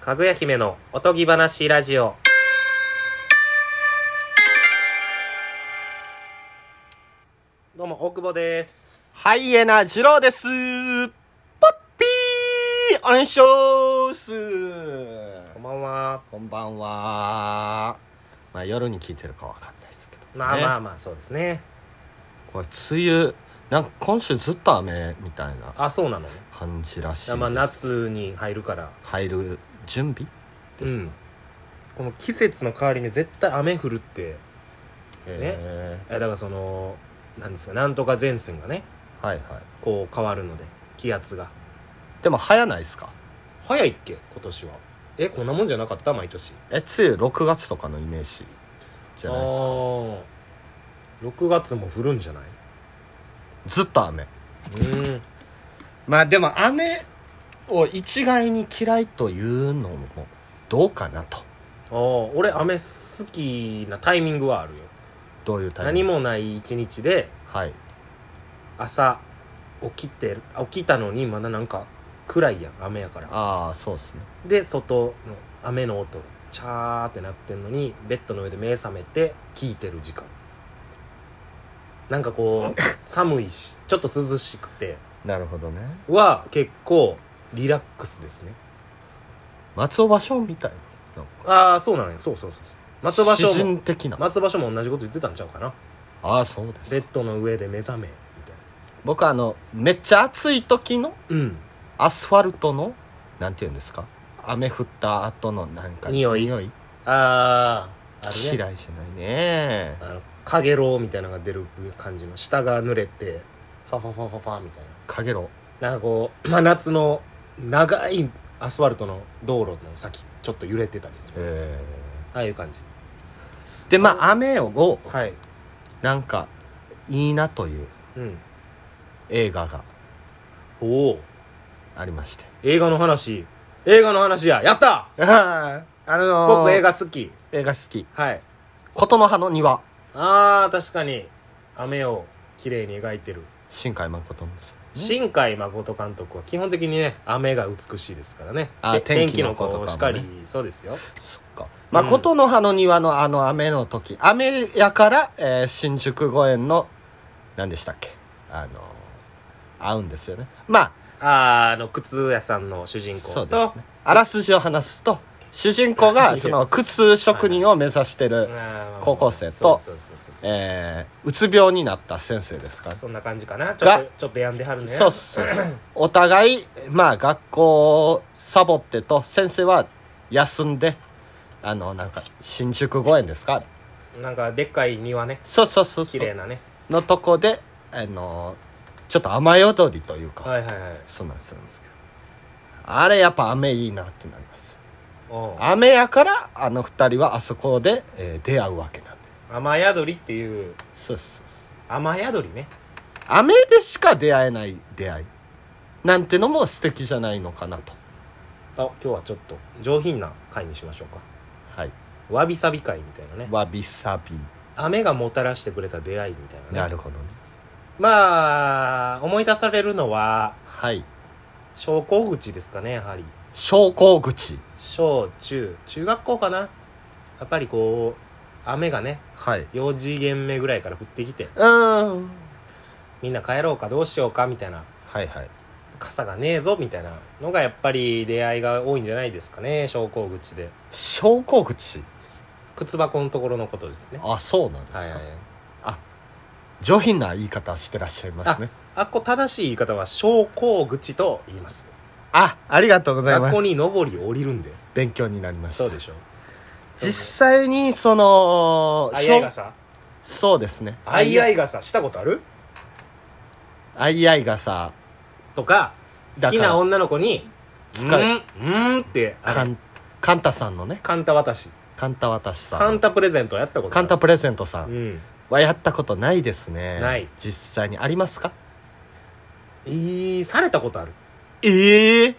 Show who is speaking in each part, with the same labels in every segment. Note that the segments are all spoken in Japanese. Speaker 1: かぐや姫のおとぎ話ラジオ。どうも、大久保です。
Speaker 2: ハイエナ二郎です。ポッピーお願いします
Speaker 1: こんばんは。
Speaker 2: こんばんは。まあ夜に聞いてるかわかんないですけど、ね。
Speaker 1: まあまあまあ、そうですね。
Speaker 2: これ梅雨、なんか今週ずっと雨みたいな
Speaker 1: あ、そうなの
Speaker 2: 感じらしいです。
Speaker 1: まあ、夏に入るから。
Speaker 2: 入る準備ですか、
Speaker 1: うんこの季節の変わりに絶対雨降るって、
Speaker 2: え
Speaker 1: えだからその、なんですか、なんとか前線がね、
Speaker 2: ーはいはい。
Speaker 1: こう変わるので、気圧が。
Speaker 2: でも早ないですか
Speaker 1: 早いっけ、今年は。え、こんなもんじゃなかった毎年。
Speaker 2: え、梅雨6月とかのイメージじゃないです
Speaker 1: あ
Speaker 2: か。
Speaker 1: ー6月も降るんじゃない
Speaker 2: ずっと雨。
Speaker 1: うん
Speaker 2: まあでも雨を一概に嫌いというのもどうかなと
Speaker 1: あー俺雨好きなタイミングはあるよ
Speaker 2: どういうタイ
Speaker 1: 何
Speaker 2: ミング
Speaker 1: もない一日で
Speaker 2: はい
Speaker 1: 朝起きてる起きたのにまだなんか暗いやん雨やから
Speaker 2: ああそうですね
Speaker 1: で外の雨の音チャーってなってんのにベッドの上で目覚めて聞いてる時間なんかこう 寒いしちょっと涼しくて
Speaker 2: なるほどね
Speaker 1: は結構リラックスですね
Speaker 2: 松尾芭蕉みたいな
Speaker 1: ああそうなのよそうそうそうそう松尾芭
Speaker 2: 詩
Speaker 1: 蕉も
Speaker 2: 人的な、
Speaker 1: 松尾芭蕉も同じこと言ってたんちゃうかな
Speaker 2: ああそうです
Speaker 1: ベッ
Speaker 2: か
Speaker 1: ドの上で目覚めみたい
Speaker 2: 僕あのめっちゃ暑い時の
Speaker 1: なうん
Speaker 2: アスファルトのなんて言うんですか雨降った後のなんか
Speaker 1: 匂い
Speaker 2: 匂い
Speaker 1: あああれね
Speaker 2: 嫌いじゃないね
Speaker 1: あのかげろうみたいなのが出る感じの下が濡れてファファファファファみたい
Speaker 2: かげろう
Speaker 1: ななんかこう真夏の長いアスファルトの道路の先ちょっと揺れてたりする
Speaker 2: え
Speaker 1: ああいう感じ
Speaker 2: ーでまあ雨をを
Speaker 1: はい
Speaker 2: なんかいいなという
Speaker 1: うん
Speaker 2: 映画が
Speaker 1: おお
Speaker 2: ありまして
Speaker 1: 映画の話映画の話ややった
Speaker 2: ああのー
Speaker 1: 僕映画好き
Speaker 2: 映画好き
Speaker 1: はい
Speaker 2: 琴の葉の庭
Speaker 1: あー確かに雨を綺麗に描いてる
Speaker 2: 新海誠のです
Speaker 1: 新海誠監督は基本的にね雨が美しいですからね
Speaker 2: あ
Speaker 1: て
Speaker 2: 天
Speaker 1: 天
Speaker 2: 気
Speaker 1: 気
Speaker 2: の
Speaker 1: の
Speaker 2: 子とかも
Speaker 1: 子
Speaker 2: ね
Speaker 1: しかりそうですよ
Speaker 2: そっか、まあ、
Speaker 1: うん
Speaker 2: 琴の葉の庭のあの雨の時雨やから、えー新宿御苑の何でしたっけあのー合うんですよねまあ
Speaker 1: あーあの靴屋さんの主人
Speaker 2: そ
Speaker 1: 公
Speaker 2: うです
Speaker 1: と、
Speaker 2: ねあらすじを話すと主人 公
Speaker 1: い
Speaker 2: が
Speaker 1: や
Speaker 2: その靴職人を目指してる、
Speaker 1: あー
Speaker 2: 高校生と
Speaker 1: そうそうそうそう
Speaker 2: えーうつ病になった先生ですから
Speaker 1: そんな感じかなちょっと
Speaker 2: が
Speaker 1: ちょっと病んではるね
Speaker 2: そうそうそうお互いまあ学校をサボってと先生は休んであのなんか新宿御苑ですか
Speaker 1: なんかでっかい庭ね
Speaker 2: そうそうそうそ
Speaker 1: 綺麗
Speaker 2: う
Speaker 1: なね
Speaker 2: のとこであのちょっと雨宿りというか、
Speaker 1: はいはいはい
Speaker 2: そうなんですよあれやっぱ雨いいなってなりますよ
Speaker 1: おう
Speaker 2: 雨やからあの二人はあそこで、えー出会うわけなんで
Speaker 1: 雨宿りっていう
Speaker 2: そうそうそう
Speaker 1: 雨宿りね
Speaker 2: 雨でしか出会えない出会いなんてのも素敵じゃないのかなと
Speaker 1: あ今日はちょっと上品な回にしましょうか
Speaker 2: はい
Speaker 1: わびさび会みたいなね
Speaker 2: わびさび
Speaker 1: 雨がもたらしてくれた出会いみたいなね
Speaker 2: なるほどね
Speaker 1: まあ思い出されるのは
Speaker 2: はい
Speaker 1: 昇降口ですかねやはり
Speaker 2: 昇降口
Speaker 1: 小中中学校かなやっぱりこう雨がね
Speaker 2: はい
Speaker 1: 4次元目ぐらいから降ってきて
Speaker 2: うーん
Speaker 1: みんな帰ろうかどうしようかみたいな
Speaker 2: はいはい
Speaker 1: 傘がねえぞみたいなのがやっぱり出会いが多いんじゃないですかね昇降口で
Speaker 2: 昇降口
Speaker 1: 靴箱のところのことですね
Speaker 2: あそうなんですか、
Speaker 1: はいはい
Speaker 2: 上品な言い方してらっしゃいますね
Speaker 1: あっこ正しい言い方は昇降口と言います
Speaker 2: あありがとうござい
Speaker 1: 学
Speaker 2: ます
Speaker 1: 校に上り降りるんで
Speaker 2: 勉強になりました
Speaker 1: そうでしょ
Speaker 2: 実際にその
Speaker 1: あいあい
Speaker 2: 昇
Speaker 1: 傘
Speaker 2: そうですね
Speaker 1: あいあ
Speaker 2: い
Speaker 1: い傘したことある
Speaker 2: あいあいがさ
Speaker 1: とか好
Speaker 2: だ
Speaker 1: き
Speaker 2: から
Speaker 1: な女の子に「
Speaker 2: 使
Speaker 1: う
Speaker 2: うん
Speaker 1: うん」ってあれ
Speaker 2: かんカンタさんのね
Speaker 1: カンタ渡し
Speaker 2: カンタ私さん
Speaker 1: カンタプレゼントやったことある
Speaker 2: カンタプレゼントさ
Speaker 1: うんん
Speaker 2: はやったことないですね
Speaker 1: ない
Speaker 2: 実際にありますか
Speaker 1: えーされたことある
Speaker 2: ええ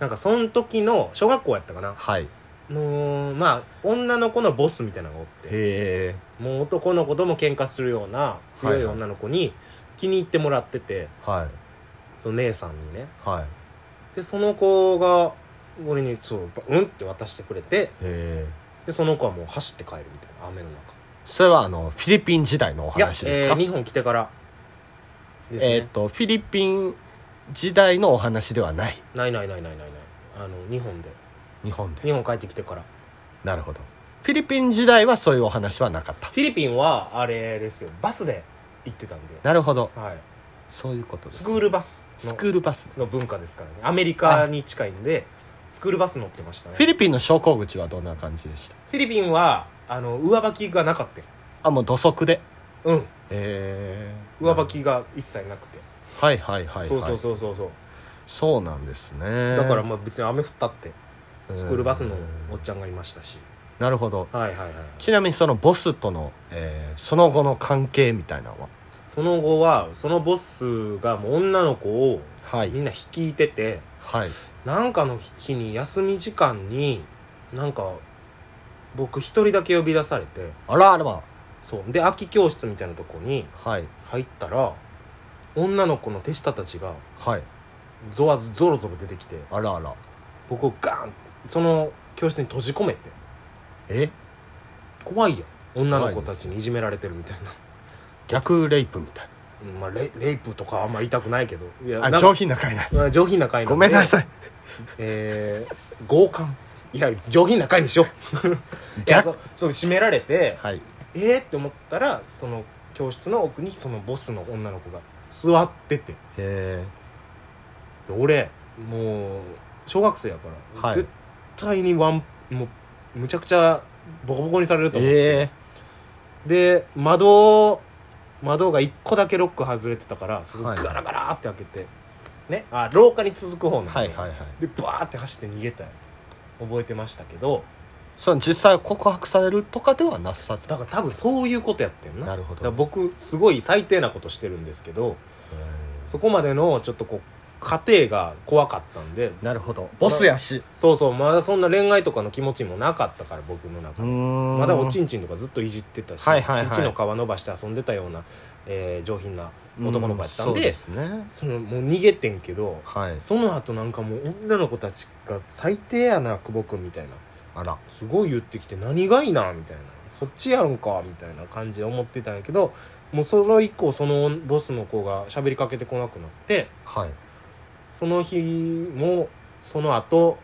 Speaker 1: なんかその時の小学校やったかな
Speaker 2: はいへ
Speaker 1: のまあ女の子のボスみたいなのがおって
Speaker 2: え
Speaker 1: もう男の子とも喧嘩するような強い女の子に気に入ってもらってて
Speaker 2: はい
Speaker 1: その姉さんにね
Speaker 2: はい
Speaker 1: でその子が俺にそううんって渡してくれて
Speaker 2: え
Speaker 1: でその子はもう走って帰るみたいな雨の中
Speaker 2: それはあのフィリピン時代のお
Speaker 1: いや、
Speaker 2: 話です
Speaker 1: え
Speaker 2: か
Speaker 1: ー日本来てからですね、
Speaker 2: えーっとフィリピン時代のお話ではない
Speaker 1: ないないないないないないあの日本で
Speaker 2: 日本で
Speaker 1: 日本帰ってきてから
Speaker 2: なるほどフィリピン時代はそういうお話はなかった
Speaker 1: フィリピンはあれですよバスで行ってたんで、
Speaker 2: なるほど
Speaker 1: はい、
Speaker 2: そういうことです
Speaker 1: スクールバスの
Speaker 2: スクールバス
Speaker 1: の文化ですからねアメリカに近いんでスクールバス乗ってましたね
Speaker 2: フィリピンの昇降口はどんな感じでした
Speaker 1: フィリピンはあの上履きがなかったよ
Speaker 2: あもう土足で
Speaker 1: うん
Speaker 2: えー、
Speaker 1: 上履きが一切なくて、
Speaker 2: はいはいはい、はい、
Speaker 1: そうそうそうそうそう
Speaker 2: そうなんですね
Speaker 1: だからまあ別に雨降ったって
Speaker 2: うん
Speaker 1: スクールバスのおっちゃんがいましたし、
Speaker 2: なるほど
Speaker 1: はいはいはい
Speaker 2: ちなみにそのボスとの、えーその後の関係みたいなのは
Speaker 1: その後はそのボスがもう女の子を
Speaker 2: は
Speaker 1: みんな率いてて、
Speaker 2: はい
Speaker 1: なんかの日に休み時間になんか僕一人だけ呼び出されて
Speaker 2: あらあらま
Speaker 1: そうで空き教室みたいなとこに
Speaker 2: はい
Speaker 1: 入ったら女の子の手下たちが
Speaker 2: はい
Speaker 1: ゾワゾロゾロ出てきて
Speaker 2: あらあら
Speaker 1: 僕をガーンってその教室に閉じ込めて
Speaker 2: え
Speaker 1: 怖いよ女の子たちにいじめられてるみたいな
Speaker 2: 逆レイプみたい
Speaker 1: うんまあレレイプとかあんま言いたくないけどいや
Speaker 2: なあ
Speaker 1: なん
Speaker 2: 上
Speaker 1: か
Speaker 2: 品な会な
Speaker 1: まあ上品な会
Speaker 2: ごめんないさい
Speaker 1: えー、強姦いや上品な会にしよういやそうそう締められて
Speaker 2: はい
Speaker 1: えー、って思ったらその教室の奥にそのボスの女の子が座ってて
Speaker 2: え
Speaker 1: で俺もう小学生やから、
Speaker 2: はい
Speaker 1: 絶対にワンもうむちゃくちゃボコボコにされる
Speaker 2: ー、
Speaker 1: と思って、
Speaker 2: え
Speaker 1: で窓窓が1個だけロック外れてたからそこガ
Speaker 2: はい
Speaker 1: ラガラって開けて、ねあ廊下に続く方の、
Speaker 2: ー、はいはいはい
Speaker 1: でバーって走って逃げたよ覚えてましたけど
Speaker 2: その実際告白されるとかではなさず
Speaker 1: だから多分そういうことやってんな
Speaker 2: なるほど
Speaker 1: だから僕すごい最低なことしてるんですけど
Speaker 2: えー
Speaker 1: そこまでのちょっとこう家庭が怖かったんで
Speaker 2: なるほどボスやし
Speaker 1: そうそうまだそんな恋愛とかの気持ちもなかったから僕の中でま
Speaker 2: ま
Speaker 1: だおちんちんとかずっといじってたし、
Speaker 2: はいはいはい
Speaker 1: ちんちんの皮伸ばして遊んでたような、えー上品な男の子やったん
Speaker 2: そう
Speaker 1: で
Speaker 2: ですね
Speaker 1: そのもう逃げてんけど
Speaker 2: はい
Speaker 1: その後なんかもう女の子たちが「最低やな久保君」みたいな
Speaker 2: あら
Speaker 1: すごい言ってきて「何がいいな」みたいな「そっちやんか」みたいな感じで思ってたんやけどもうその以降そのボスの子が喋りかけてこなくなって
Speaker 2: はい
Speaker 1: その日もその後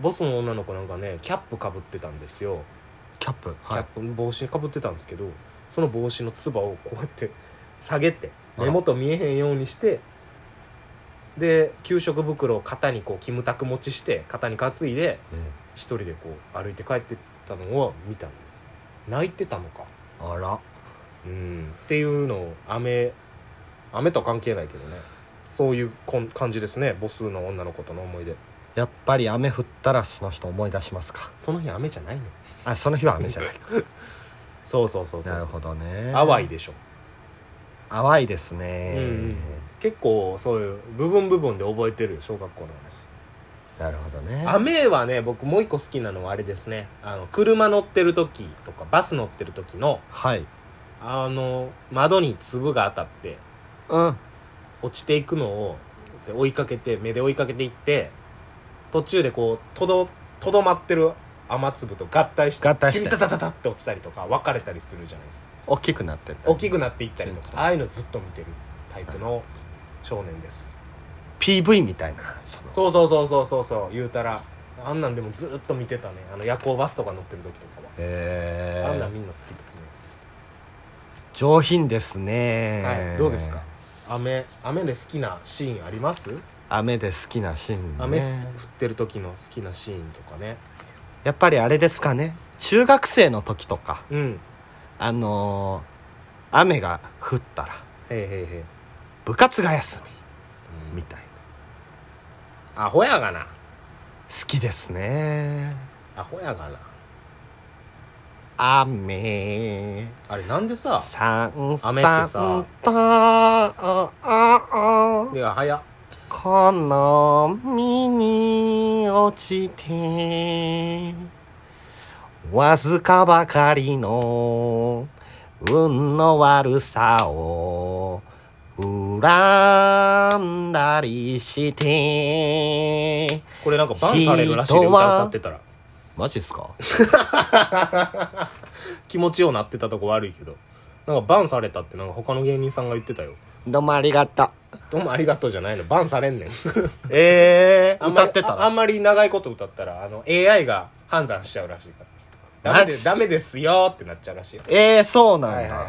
Speaker 1: ボスの女の子なんかねキャップかぶってたんですよ、
Speaker 2: キャップ
Speaker 1: キャ
Speaker 2: は
Speaker 1: ッ
Speaker 2: い
Speaker 1: プ帽子かぶってたんですけどその帽子のつばをこうやって 下げて
Speaker 2: あら
Speaker 1: 目元見えへんようにしてで給食袋を肩にこうキムタク持ちして肩に担いで
Speaker 2: え
Speaker 1: 一人でこう歩いて帰ってったのを見たんです泣いてたのか
Speaker 2: ーあら
Speaker 1: うんっていうのを雨雨とは関係ないけどねそういうこん感じですねボスの女の子との思い出
Speaker 2: やっぱり雨降ったらその人思い出しますか
Speaker 1: その日雨じゃないね
Speaker 2: あその日は雨じゃないか
Speaker 1: そうそうそうそう
Speaker 2: なるほどね
Speaker 1: 淡いでしょ、
Speaker 2: 淡いですね、
Speaker 1: うんうん結構そういう部分部分で覚えてるよ小学校の話
Speaker 2: なるほどね
Speaker 1: 雨はね僕もう一個好きなのはあれですねあの車乗ってる時とかバス乗ってる時の
Speaker 2: はい
Speaker 1: あの窓に粒が当たって
Speaker 2: うん
Speaker 1: 落ちていくのをで追いかけて目で追いかけていって途中でこうとどとどまってる雨粒と合体して
Speaker 2: 合体して
Speaker 1: キュンタタタタって落ちたりとか分かれたりするじゃないですか
Speaker 2: 大きくなってった
Speaker 1: 大きくなっていったりと
Speaker 2: キュン
Speaker 1: か
Speaker 2: タ
Speaker 1: ああいうのずっと見てるタイプの少年です
Speaker 2: PV みたいなそ の
Speaker 1: そうそうそうそうそうそう言うたらあんなんでもずっと見てたねあの夜行バスとか乗ってる時とかは、
Speaker 2: え
Speaker 1: あんなん
Speaker 2: ー、
Speaker 1: みんな好きですね、
Speaker 2: 上品ですね、
Speaker 1: はいどうですか雨雨で好きなシーンあります
Speaker 2: 雨で好きなシーン、ね、
Speaker 1: 雨す降ってる時の好きなシーンとかね
Speaker 2: やっぱりあれですかね中学生の時とか
Speaker 1: うん
Speaker 2: あのー雨が降ったら
Speaker 1: へいへいへい
Speaker 2: 部活が休みみたいな
Speaker 1: アホやがな
Speaker 2: 好きですね
Speaker 1: アホやがな
Speaker 2: 雨
Speaker 1: あれなんでさ
Speaker 2: さん
Speaker 1: 雨ってさ
Speaker 2: さんとああ
Speaker 1: いや早っ
Speaker 2: この身に落ちてわずかばかりの運の悪さを恨んだりして
Speaker 1: これなんかバンされるらしいで
Speaker 2: 人
Speaker 1: 歌
Speaker 2: は
Speaker 1: 歌ってたら
Speaker 2: マジっすか
Speaker 1: 気持ちようなってたとこ悪いけどなんかバンされたってなんか他の芸人さんが言ってたよ
Speaker 2: どうもありがとう
Speaker 1: どうもありがとうじゃないのバンされん ねん
Speaker 2: ええ
Speaker 1: あんま
Speaker 2: 歌
Speaker 1: り
Speaker 2: ってた
Speaker 1: ああ
Speaker 2: ら
Speaker 1: んまり長いこと歌ったらあの AI が判断しちゃうらしいからダメで
Speaker 2: マジ
Speaker 1: ダメですよってなっちゃうらしい
Speaker 2: ええそうなんだ、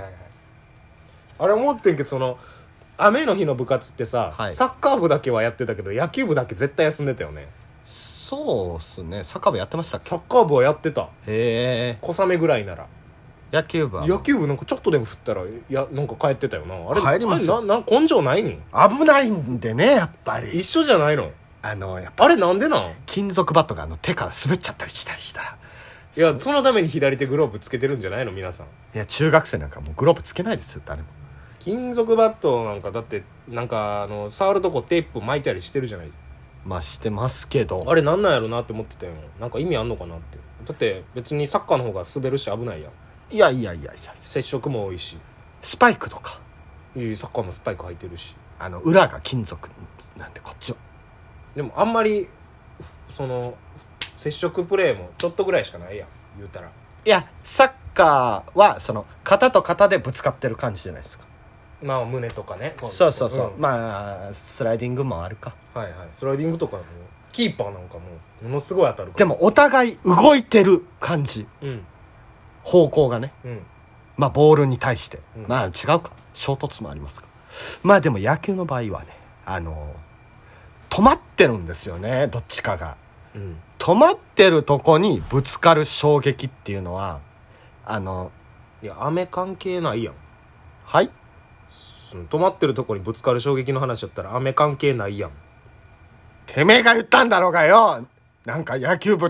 Speaker 1: あれ思ってんけどその雨の日の部活ってさ、
Speaker 2: はい
Speaker 1: サッカー部だけはやってたけど野球部だけ絶対休んでたよね
Speaker 2: そうっすねサッカー部やってましたっけ
Speaker 1: サッカー部はやってた
Speaker 2: へえ
Speaker 1: 小雨ぐらいなら
Speaker 2: 野球部は
Speaker 1: 野球部なんかちょっとでも降ったらいやなんか帰ってたよなあれ
Speaker 2: 帰りますよ
Speaker 1: あれなな根性ないん
Speaker 2: 危ないんでねやっぱり
Speaker 1: 一緒じゃないの
Speaker 2: あのやっぱ
Speaker 1: あれなんでなん
Speaker 2: 金属バットがあの手から滑っちゃったりしたりしたら
Speaker 1: いやそのために左手グローブつけてるんじゃないの皆さん
Speaker 2: いや中学生なんかもうグローブつけないですよ誰も
Speaker 1: 金属バットなんかだってなんかあの触るとこテープ巻いたりしてるじゃない
Speaker 2: まあしてますけど
Speaker 1: あれなんなんやろなって思ってたよなんか意味あんのかなってだって別にサッカーの方が滑るし危ないやん
Speaker 2: いやいやいやいや
Speaker 1: 接触も多いし
Speaker 2: スパイクとか
Speaker 1: いいサッカーもスパイク履いてるし
Speaker 2: あの裏が金属なんでこっちは
Speaker 1: でもあんまりその接触プレーもちょっとぐらいしかないやん言うたら
Speaker 2: いやサッカーはその肩と肩でぶつかってる感じじゃないですか
Speaker 1: まあ胸とかね
Speaker 2: そうそうそう、
Speaker 1: ん
Speaker 2: まあスライディングもあるか
Speaker 1: はいはいスライディングとかもキーパーなんかもものすごい当たるから
Speaker 2: でもお互い動いてる感じ
Speaker 1: うん
Speaker 2: 方向がね
Speaker 1: うん
Speaker 2: まあボールに対して、
Speaker 1: うん
Speaker 2: まあ違うか衝突もありますかまあでも野球の場合はねあの止まってるんですよねどっちかが
Speaker 1: うん
Speaker 2: 止まってるとこにぶつかる衝撃っていうのはあの
Speaker 1: いや雨関係ないやん
Speaker 2: はい
Speaker 1: その止まってるとこにぶつかる衝撃の話だったら雨関係ないやん
Speaker 2: てめえが言ったんだろうがよなんか野球部